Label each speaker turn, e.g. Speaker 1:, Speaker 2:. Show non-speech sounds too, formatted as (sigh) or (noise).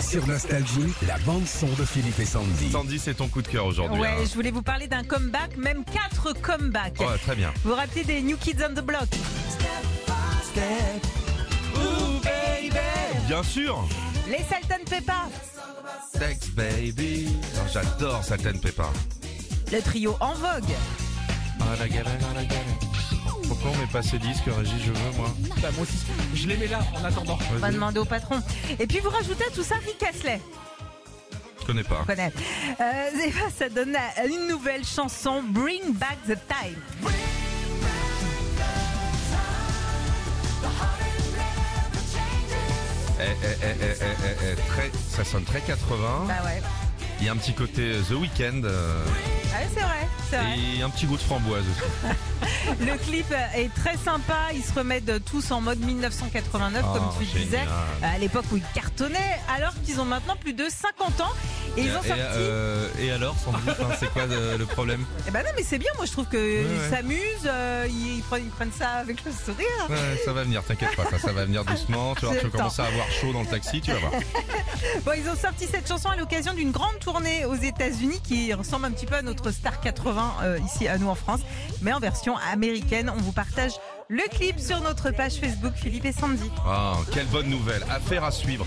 Speaker 1: Sur Nostalgie, la bande-son de Philippe et Sandy.
Speaker 2: Sandy, c'est ton coup de cœur aujourd'hui.
Speaker 3: Ouais,
Speaker 2: hein.
Speaker 3: je voulais vous parler d'un comeback, même quatre comebacks.
Speaker 2: Ouais, très bien.
Speaker 3: Vous vous rappelez des New Kids on the Block
Speaker 2: Bien sûr.
Speaker 3: Les Salt and Pepper
Speaker 2: Sex Baby. Oh, J'adore Salt and Pepper.
Speaker 3: Le trio En Vogue
Speaker 2: Oh, la galère, oh, la galère. Pourquoi on met pas ces disques, Régis Je veux, moi.
Speaker 4: Bah, moi aussi. Je les mets là en attendant.
Speaker 3: On va demander au patron. Et puis vous rajoutez à tout ça Rick Astley.
Speaker 2: Je connais pas.
Speaker 3: on connaît. Euh, et ben, ça donne à une nouvelle chanson, Bring Back the Time.
Speaker 2: Eh, eh, eh, eh, eh, eh, eh, très, ça sonne très 80.
Speaker 3: Bah ouais.
Speaker 2: Il y a un petit côté euh, The Weeknd euh,
Speaker 3: Ah ouais, c'est vrai, c'est vrai.
Speaker 2: et un petit goût de framboise aussi.
Speaker 3: Le clip est très sympa. Ils se remettent tous en mode 1989, comme
Speaker 2: Oh,
Speaker 3: tu le disais,
Speaker 2: génial.
Speaker 3: à l'époque où ils cartonnaient, alors qu'ils ont maintenant plus de 50 ans. Et ils ont sorti.
Speaker 2: euh, et alors, Sandy, enfin, c'est quoi euh, le problème
Speaker 3: Eh ben non, mais c'est bien. Moi, je trouve qu'ils
Speaker 2: ouais.
Speaker 3: s'amusent. euh, ils, ils prennent, ils prennent ça avec le
Speaker 2: (laughs)
Speaker 3: sourire.
Speaker 2: Ouais, Ça va venir, t'inquiète pas, ça, ça va venir doucement. Tu vas voir,
Speaker 3: C'est
Speaker 2: tu vas
Speaker 3: le
Speaker 2: commencer à avoir chaud dans le taxi, tu vas voir.
Speaker 3: Bon, ils ont sorti cette chanson à l'occasion d'une grande tournée aux États-Unis qui ressemble un petit peu à notre Star 80 euh, ici à nous en France, mais en version américaine. On vous partage le clip sur notre page Facebook Philippe et Sandy.
Speaker 2: Ah, quelle bonne nouvelle. Affaire à suivre.